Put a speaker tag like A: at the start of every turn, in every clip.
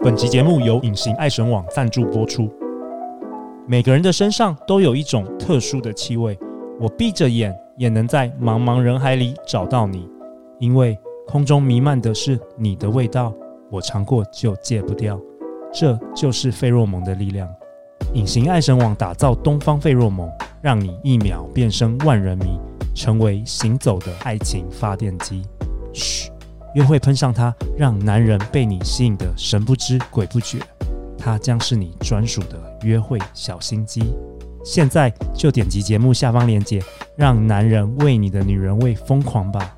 A: 本集节目由隐形爱神网赞助播出。每个人的身上都有一种特殊的气味，我闭着眼也能在茫茫人海里找到你，因为空中弥漫的是你的味道，我尝过就戒不掉。这就是费洛蒙的力量。隐形爱神网打造东方费洛蒙，让你一秒变身万人迷，成为行走的爱情发电机。嘘，约会喷上它，让男人被你吸引的神不知鬼不觉。它将是你专属的约会小心机。现在就点击节目下方链接，让男人为你的女人味疯狂吧！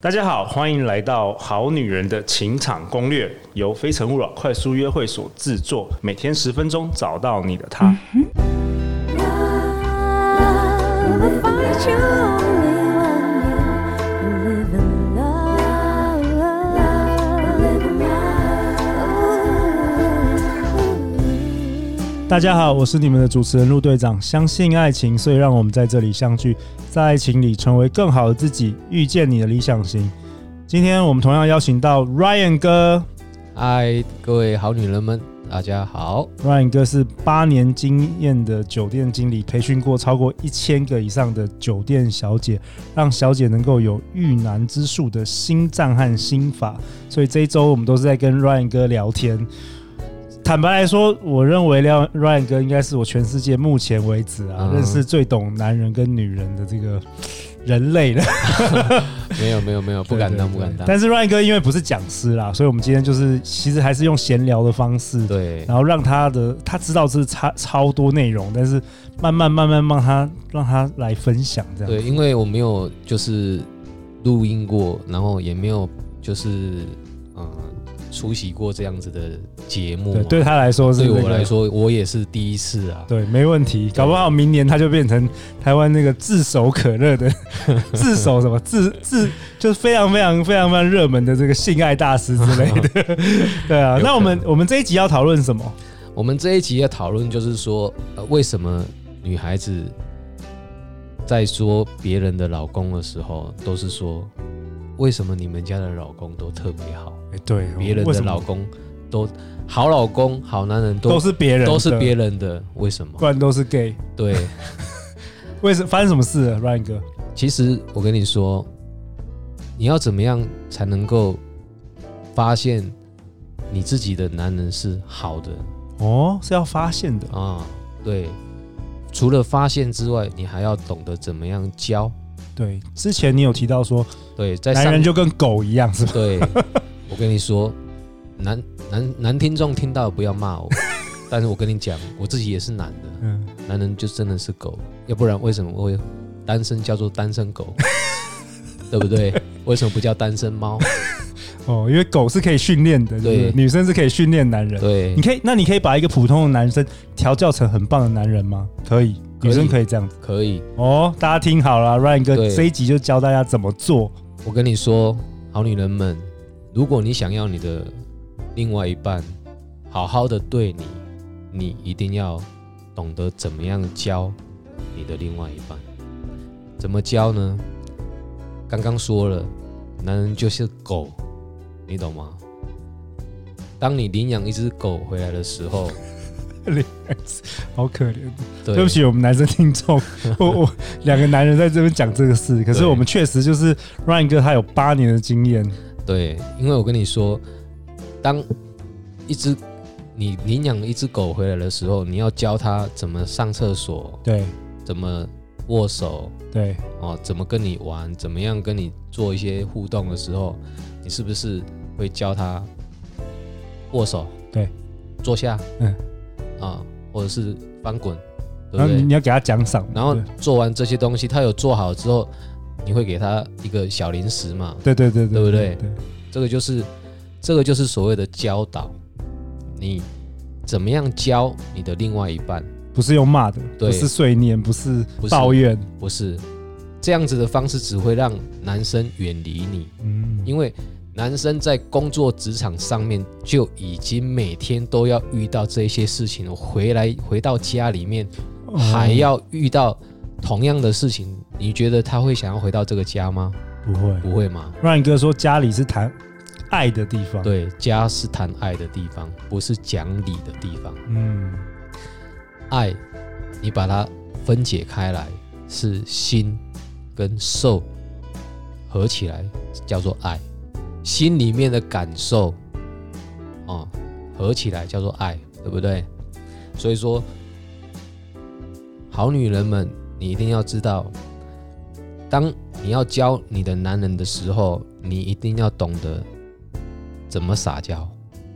A: 大家好，欢迎来到《好女人的情场攻略》，由非诚勿扰快速约会所制作，每天十分钟，找到你的他。
B: Love, I find you only one you. Live in love, live in love.
A: 大家好，我是你们的主持人陆队长。相信爱情，所以让我们在这里相聚，在爱情里成为更好的自己，遇见你的理想型。今天我们同样邀请到 Ryan 哥
C: 嗨，各位好女人们，大 家好。
A: ，Ryan 哥是八年经验的酒店经理，培训过超过一千个以上的酒店小姐，让小姐能够有遇难之术的心战和心法。所以这一周我们都是在跟 Ryan 哥聊天。坦白来说，我认为廖 Ryan 哥应该是我全世界目前为止啊、
C: 嗯
A: 认识最懂男人跟女人的这个人类的，
C: 没有没有没有，不敢当
A: 对
C: 不
A: 对对
C: 敢当。
A: 但是 Ryan 哥因为不是讲师啦，所以我们今天就是其实还是用闲聊的方式，
C: 对
A: 然后让他的他知道这是超超多内容，但是慢慢慢慢让他让他来分享这样。
C: 对，因为我没有就是录音过，然后也没有就是嗯出席过这样子的节目嘛。
A: 对，对他来说是
C: 对
A: 那
C: 我
A: 个
C: 来，说，我也是第一次啊。
A: 对，没问题。搞不好明年他就变成台湾那个炙手可热 的炙手什么炙炙，就是非常非常非常非常热门的这个性爱大师之类的。 对啊，那我们我们这一集要讨论什么？
C: 我们这一集要讨论就是说，呃为什么女孩子在说别人的老公的时候，都是说为什么你们家的老公都特别好？
A: 哎对，
C: 别人
A: 为什
C: 的
A: 么
C: 老公都好老公、好男人都
A: 都是别人的，
C: 都是别人的，为什么
A: 不？然都是 gay。
C: 对，
A: 为什发生什么事了，Ryan 哥？
C: 其实我跟你说，你要怎么样才能够发现你自己的男人是好的
A: 哦，是要发现的。
C: 啊？对，除了发现之外，你还要懂得怎么样教。
A: 对，之前你有提到说，
C: 对，在
A: 男
C: 上
A: 人就跟狗一样，是吧？
C: 对，我跟你说，男男男听众听到不要骂我，但是我跟你讲，我自己也是男的。
A: 嗯，
C: 男人就真的是狗，要不然为什么会单身叫做单身狗？对不对？为什么不叫单身猫？
A: 哦，因为狗是可以训练的，
C: 对
A: 对不对，女生是可以训练男人。
C: 对
A: 你，可以，那你可以把一个普通的男生调教成很棒的男人吗？可以，
C: 可以
A: 女生可以这样子。
C: 可以。
A: 哦，大家听好了，Ryan 哥
C: 对
A: 这一集就教大家怎么做。
C: 我跟你说，好女人们，如果你想要你的另外一半好好的对你，你一定要懂得怎么样教你的另外一半。怎么教呢？刚刚说了，男人就是狗，你懂吗？当你领养一只狗回来的时候，
A: 好可怜，
C: 对
A: 对不起，我们男生听众， 我我两个男人在这边讲这个事，可是
C: 对
A: 我们确实就是 Ryan 哥他有八年的经验，
C: 对，因为我跟你说，当一只你领养一只狗回来的时候，你要教它怎么上厕所，
A: 对
C: 怎么握手，
A: 对，
C: 哦，怎么跟你玩，怎么样跟你做一些互动的时候，你是不是会教它握手？
A: 对，
C: 坐下，
A: 嗯，
C: 啊，或者是翻滚，对
A: 然后
C: 不
A: 你
C: 对？
A: 你要给他奖赏，
C: 然后做完这些东西，它有做好之后，你会给它一个小零食嘛？
A: 对对对
C: 对不对
A: 对，
C: 这个就是这个就是所谓的教导，你怎么样教你的另外一半，
A: 不是用骂的，
C: 对
A: 不是碎念，不是
C: 不是
A: 抱怨，
C: 不是这样子的方式只会让男生远离你，
A: 嗯，
C: 因为男生在工作职场上面就已经每天都要遇到这些事情了，回来回到家里面
A: 哦
C: 还要遇到同样的事情，你觉得他会想要回到这个家吗？
A: 哦不会。
C: 不会吗？
A: Ryan 哥说家里是谈爱的地方，，
C: 对，家是谈爱的地方，不是讲理的地方。
A: 嗯，
C: 爱，你把它分解开来，是心跟受合起来叫做爱，心里面的感受，哦，合起来叫做爱，对不对？所以说，好女人们，你一定要知道，当你要教你的男人的时候，你一定要懂得怎么撒娇。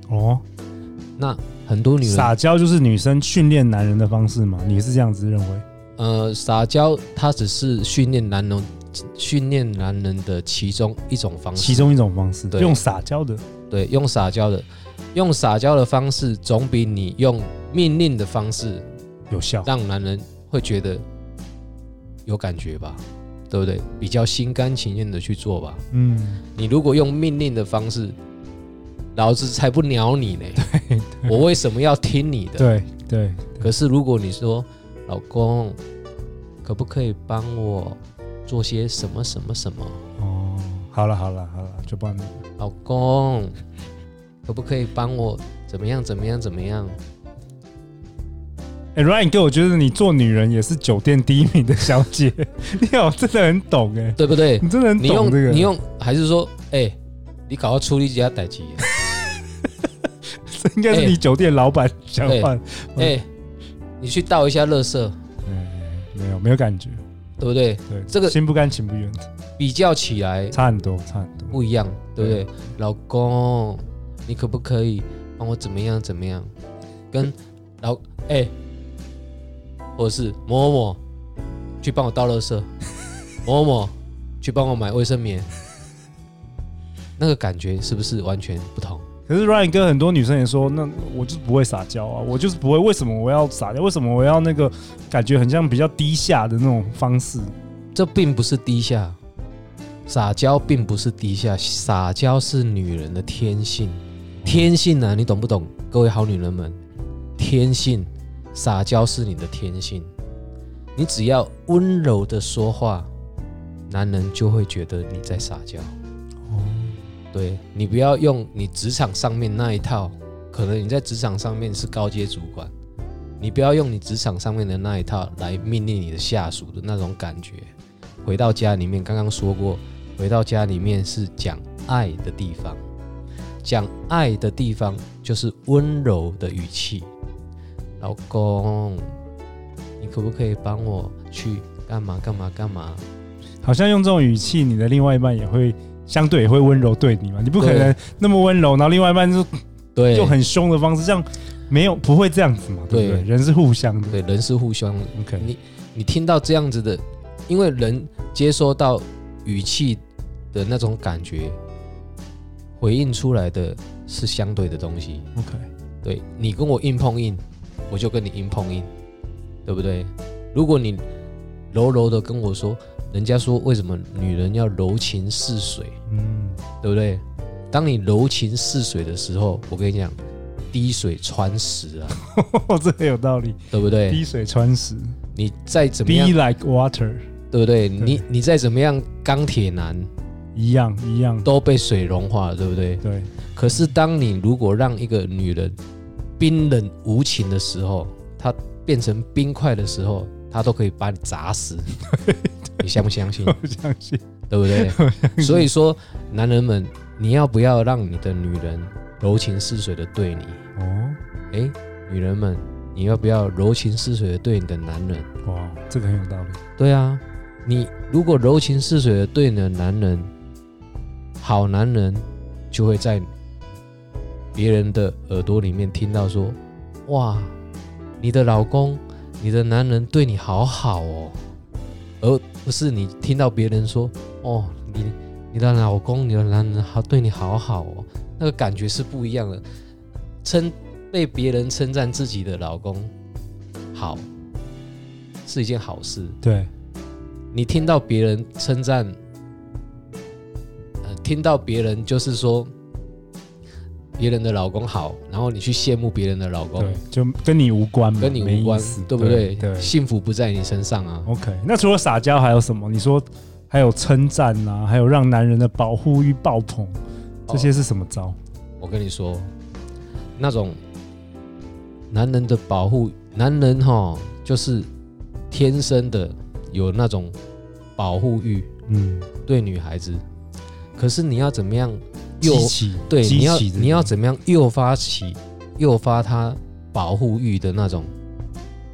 A: 哦，
C: 那很多女人
A: 撒娇就是女生训练男人的方式嘛？你是这样子认为？
C: 呃，撒娇它只是训练男人、训练男人的其中一种方式。
A: 其中一种方式，
C: 对
A: 用撒娇的，
C: 对，用撒娇的，用撒娇的方式，总比你用命令的方式
A: 有效。
C: 让男人会觉得有感觉吧，对不对？比较心甘情愿的去做吧。
A: 嗯，
C: 你如果用命令的方式，老子才不鸟你呢！ 我为什么要听你的？
A: 对对，
C: 可是如果你说，老公，可不可以帮我做些什么什么什么？
A: 哦，好了好了好了，就帮你。
C: 老公，可不可以帮我怎么样怎么样怎么样？
A: 哎、r y a n 哥，我觉得你做女人也是酒店第一名的小姐， 你好，真的很懂哎、
C: 对不对？
A: 你真的很
C: 你
A: 懂
C: 用
A: 这个，
C: 你用还是说，哎、你搞到处理 家代级，
A: 这应该是你酒店老板想
C: 哎
A: 法。
C: 哎、你去倒一下垃圾，
A: 哎没有没有感觉，
C: 对不对？
A: 对，
C: 这个
A: 心不甘情不愿，
C: 比较起来
A: 差很多差很多。
C: 不一样，对不对？老公，你可不可以帮我怎么样怎么样？跟老哎、或者是某某某去帮我倒垃圾，某某某去帮我买卫生棉，那个感觉是不是完全不同？
A: 可是 Ryan 哥，很多女生也说，那我就是不会撒娇啊，我就是不会，为什么我要撒娇？为什么我要那个感觉很像比较低下的那种方式？
C: 这并不是低下，撒娇并不是低下，撒娇是女人的天性，天性啊，你懂不懂？各位好女人们，天性，撒娇是你的天性，你只要温柔的说话，男人就会觉得你在撒娇。对你不要用你职场上面那一套，可能你在职场上面是高阶主管，你不要用你职场上面的那一套来命令你的下属的那种感觉。回到家里面，刚刚说过，回到家里面是讲爱的地方，讲爱的地方就是温柔的语气。老公，你可不可以帮我去干嘛干嘛干嘛？
A: 好像用这种语气，你的另外一半也会相对也会温柔对你嘛？你不可能那么温柔，然后另外一半就
C: 对，
A: 就很凶的方式，这样没有不会这样子嘛？对不对？
C: 对
A: 人是互相的。
C: 对，人是互相
A: OK，
C: 你你听到这样子的，因为人接收到语气的那种感觉，回应出来的是相对的东西。
A: OK，
C: 对你跟我硬碰硬，我就跟你硬碰硬，对不对？如果你柔柔的跟我说，人家说为什么女人要柔情似水，
A: 嗯，
C: 对不对？当你柔情似水的时候，我跟你讲，滴水穿石啊，
A: 这个有道理。
C: 对不对？
A: 滴水穿石
C: 你再怎么
A: ，be
C: 样，
A: like water，
C: 对不对？你你再怎么样，钢铁男
A: 一样一样。
C: 都被水融化了，对不对？
A: 对，
C: 可是当你如果让一个女人冰冷无情的时候，她变成冰块的时候，她都可以把你砸死，你相不相 信？
A: 我相信。
C: 对不对？所以说，男人们，你要不要让你的女人柔情似水的对你？
A: 哦，
C: 诶，女人们，你要不要柔情似水的对你的男人？
A: 哇，这个很有道理。
C: 对啊，你如果柔情似水的对你的男人，好男人就会在别人的耳朵里面听到说：“哇，你的老公，你的男人对你好好哦。”而不是你听到别人说：“哦，你你的老公，你的男人好对你好好哦。”那个感觉是不一样的。称被别人称赞自己的老公好，是一件好事。
A: 对，
C: 你听到别人称赞，呃，听到别人就是说别人的老公好，然后你去羡慕别人的老公，
A: 对，就跟你无关嘛，
C: 跟你无
A: 没意
C: 关
A: 思，
C: 对不对？
A: 对。哦
C: 幸福不在你身上啊。
A: OK，那除了撒娇还有什么？你说还还有称赞啊，还有让男人的保护欲爆棚，这些是什么
C: 哦
A: 招？
C: 我跟你说，那种男人的保护，男人哈就是天生的有那种保护欲
A: 嗯，
C: 对女孩子，可是你要怎么样诱
A: 激起，
C: 对
A: 激
C: 你要
A: 起这个
C: 你要怎么样诱发起诱发他保护欲的那种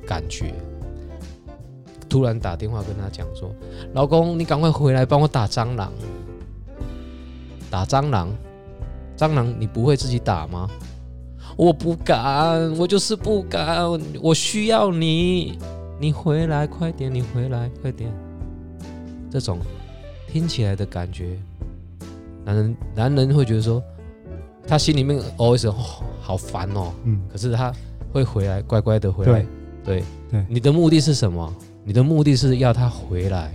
C: 感觉？突然打电话跟他讲说：“老公，你赶快回来帮我打蟑螂，打蟑螂，蟑螂你不会自己打吗？”我不敢，我就是不敢，我需要你，你回来快点，你回来快点。这种听起来的感觉，男人男人会觉得说，他心里面 OS 哦，好烦哦，
A: 嗯，
C: 可是他会回来，乖乖的回来。对
A: 对
C: 你的目的是什么？你的目的是要他回来，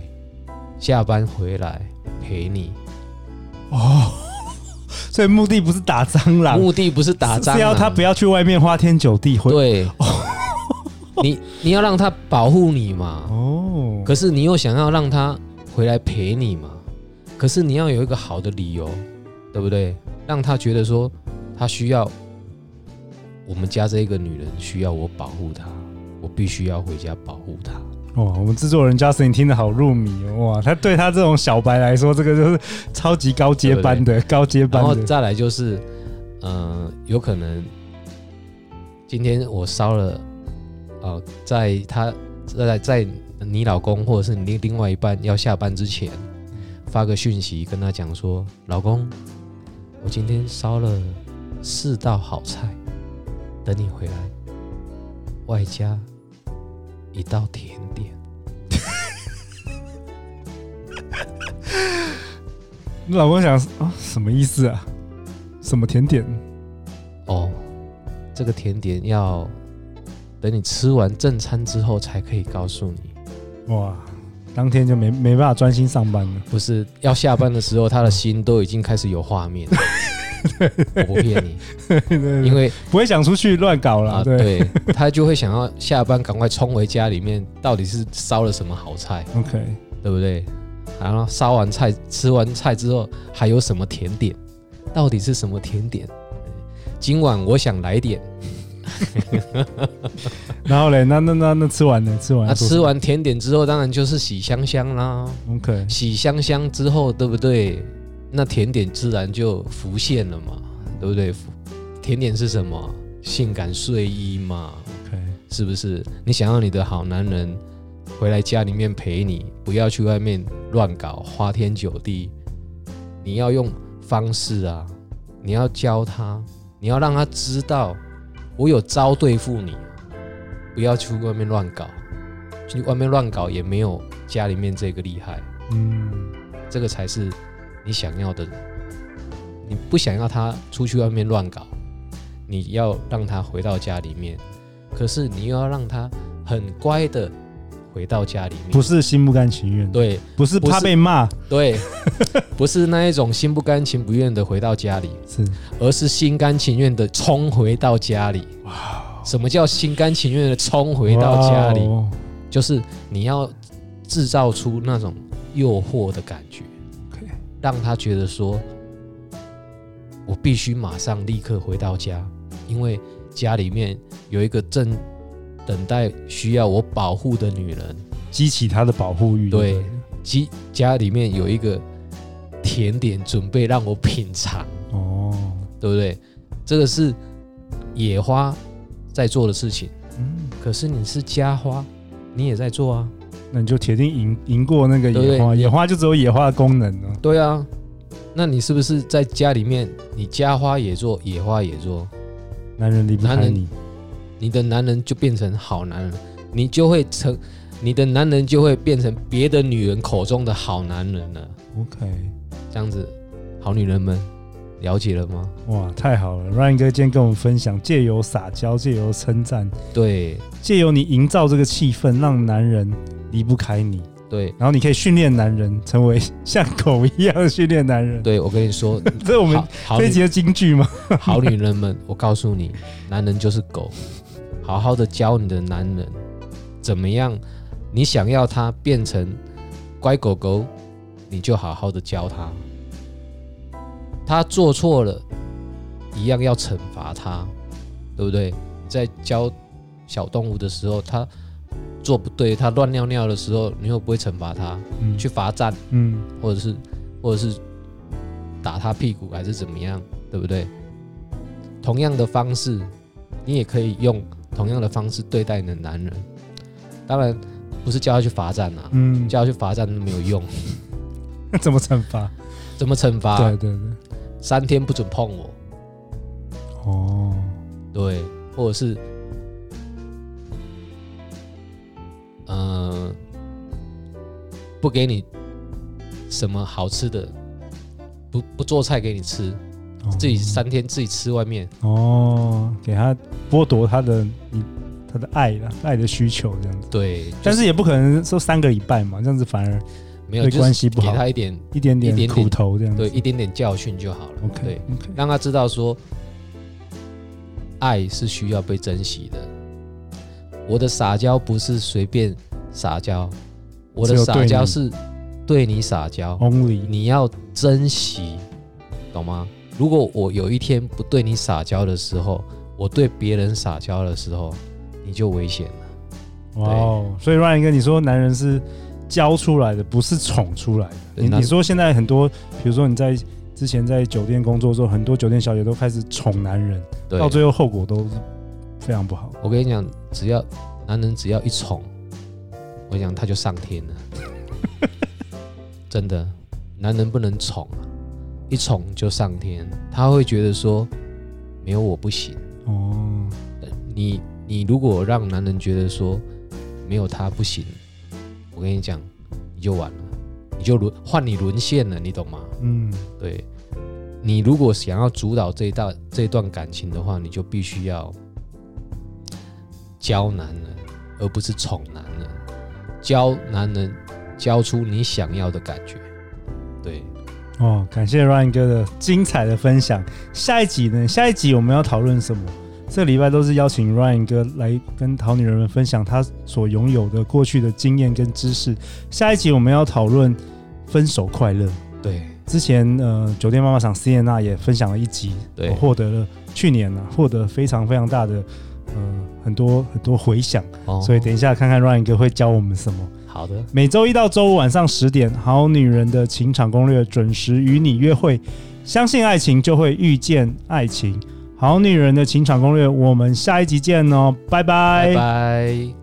C: 下班回来陪你。
A: 哦，所以目的不是打蟑螂，
C: 目的不是打
A: 是
C: 蟑
A: 是要
C: 螂，
A: 他不要去外面花天酒地，回哦
C: 对。你你要让他保护你嘛，
A: 哦，
C: 可是你又想要让他回来陪你嘛，可是你要有一个好的理由，对不对？让他觉得说他需要我们家这个女人需要我保护她，我必须要回家保护她。
A: 哇，我们制作人 Justin 听得好入迷哦，哇，他对他这种小白来说，这个就是超级高阶班的高阶
C: 然
A: 班
C: 后
A: 的，
C: 再来就是，呃，有可能今天我烧了，呃，在他在在你老公或者是你另另外一半要下班之前，发个讯息跟他讲说，老公，我今天烧了四道好菜，等你回来，外加一道甜点。
A: 老公想啊，什么意思啊？什么甜点？
C: 哦，这个甜点要等你吃完正餐之后才可以告诉你。
A: 哇，当天就没没办法专心上班了。
C: 不是要下班的时候，他的心都已经开始有画面。 我不骗你，
A: 对对
C: 因为
A: 不会想出去乱搞啦，
C: 啊，
A: 对
C: 对他就会想要下班赶快冲回家里面，到底是烧了什么好菜，
A: o k
C: 对不对？然后烧完菜，吃完菜之后还有什么甜点？到底是什么甜点？今晚我想来点。啊
A: 然后嘞，那那那那吃完了，吃完
C: 那、
A: 了做什
C: 啊吃
A: 么
C: 完甜点之后，当然就是喜香香啦。
A: ，OK，
C: 洗香香之后，对不对？那甜点自然就浮现了嘛，对不对？浮甜点是什么？性感睡衣嘛，
A: OK，
C: 是不是？你想要你的好男人回来家里面陪你，不要去外面乱搞花天酒地，你要用方式啊，你要教他，你要让他知道我有招对付你，不要去外面乱搞，去外面乱搞也没有家里面这个厉害。
A: 嗯，
C: 这个才是你想要的。你不想要他出去外面乱搞，你要让他回到家里面，可是你又要让他很乖的回到家里面。
A: 不是心不甘情愿，，
C: 对
A: 不是
C: 不
A: 怕
C: 是
A: 被骂，
C: 对， 不是那一种心不甘情不愿的回到家里，
A: 是
C: 而是心甘情愿的冲回到家里。
A: 哦
C: 什么叫心甘情愿的冲回到家里？
A: 哇哦
C: 就是你要制造出那种诱惑的感觉
A: OK
C: 让他觉得说，我必须马上立刻回到家，因为家里面有一个正等待需要我保护的女人，
A: 激起他的保护欲，
C: 对
A: 不
C: 及家里面有一个甜点准备让我品尝，
A: 哦，
C: 对不对？这个是野花在做的事情，
A: 嗯，
C: 可是你是家花，你也在做啊。
A: 那你就铁定赢赢过那个
C: 对不
A: 野
C: 对
A: 花，野花就只有野花的功能哦了、
C: 对啊，那你是不是在家里面，你家花也做，野花也做，
A: 男人离不
C: 男
A: 开
C: 人
A: 你，
C: 你的男人就变成好男人，你就会成，你的男人就会变成别的女人口中的好男人了。
A: OK，
C: 这样子，好女人们了解了吗？
A: 哇，太好了，Ryan 哥今天跟我们分享，借由撒娇，借由称赞，
C: 对
A: 借由你营造这个气氛，让男人离不开你，
C: 对
A: 然后你可以训练男人成为像狗一样的训练男人。
C: 对，我跟你说，
A: 这是我们
C: 好好
A: 这一
C: 女
A: 集的金句吗？
C: 好女人们，我告诉你，男人就是狗，好好的教你的男人怎么样，你想要他变成乖狗狗，你就好好的教他。他做错了，一样要惩罚他，对不对？你在教小动物的时候，它做不对，它乱尿尿的时候，你会不会惩罚它？
A: 嗯
C: 去罚站，
A: 嗯
C: 或者是或者是打它屁股，还是怎么样，对不对？同样的方式，你也可以用同样的方式对待你的男人。当然，不是叫他去罚站啊，
A: 嗯，
C: 叫他去罚站都没有用。
A: 怎么惩罚？
C: 怎么惩罚？
A: 对对对，
C: 三天不准碰我，
A: 哦，
C: 对，或者是，呃，不给你什么好吃的，不不做菜给你吃，
A: 哦
C: 自己三天自己吃外面，
A: 哦，给他剥夺他的你他的爱啦，爱的需求这样子，
C: 对，就
A: 但是也不可能说三个礼拜嘛，这样子反而
C: 没有
A: 对
C: 就是
A: 关系不好
C: 给他一点
A: 一点
C: 一点点
A: 苦头这样
C: 对
A: 子。
C: 一点点教训就好了
A: OK，
C: 对，
A: OK，
C: 让他知道说，爱是需要被珍惜的。我的撒娇不是随便撒娇，我的
A: 只有对
C: 撒娇
A: 你哦
C: 是对你撒娇，
A: ，Only，
C: 你要珍惜，懂吗？如果我有一天不对你撒娇的时候，我对别人撒娇的时候，你就危险了。
A: 哇哦！所以 Ryan 跟你说，男人是教出来的，不是宠出来的。
C: 对
A: 你
C: 那
A: 你说现在很多，比如说你在之前在酒店工作的时候，很多酒店小姐都开始宠男人，
C: 对，
A: 到最后后果都是非常不好。
C: 我跟你讲，只要男人只要一宠，我跟你讲他就上天了。真的，男人不能宠啊，一宠就上天，他会觉得说没有我不行。
A: 哦，
C: 你你如果让男人觉得说没有他不行，我跟你讲，你就完了，你就沦换你沦陷了，你懂吗？
A: 嗯，
C: 对，你如果想要主导这一段这一段感情的话，你就必须要教男人，而不是宠男人。教男人，教出你想要的感觉。对，
A: 哦，感谢 Ryan 哥的精彩的分享。下一集呢？下一集我们要讨论什么？这礼拜都是邀请 Ryan 哥来跟好女人们分享他所拥有的过去的经验跟知识。下一集我们要讨论分手快乐。
C: 对，
A: 之前呃，酒店妈妈厂 C N R 也分享了一集，
C: 对
A: 我获得了去年呢、啊、获得非常非常大的呃很多很多回响，
C: 哦
A: 所以等一下看看 Ryan 哥会教我们什么。
C: 好的，
A: 每周一到周五晚上十点，《好女人的情场攻略》准时与你约会。相信爱情，就会遇见爱情。好女人的情场攻略，我们下一集见哦，拜拜
C: 拜拜。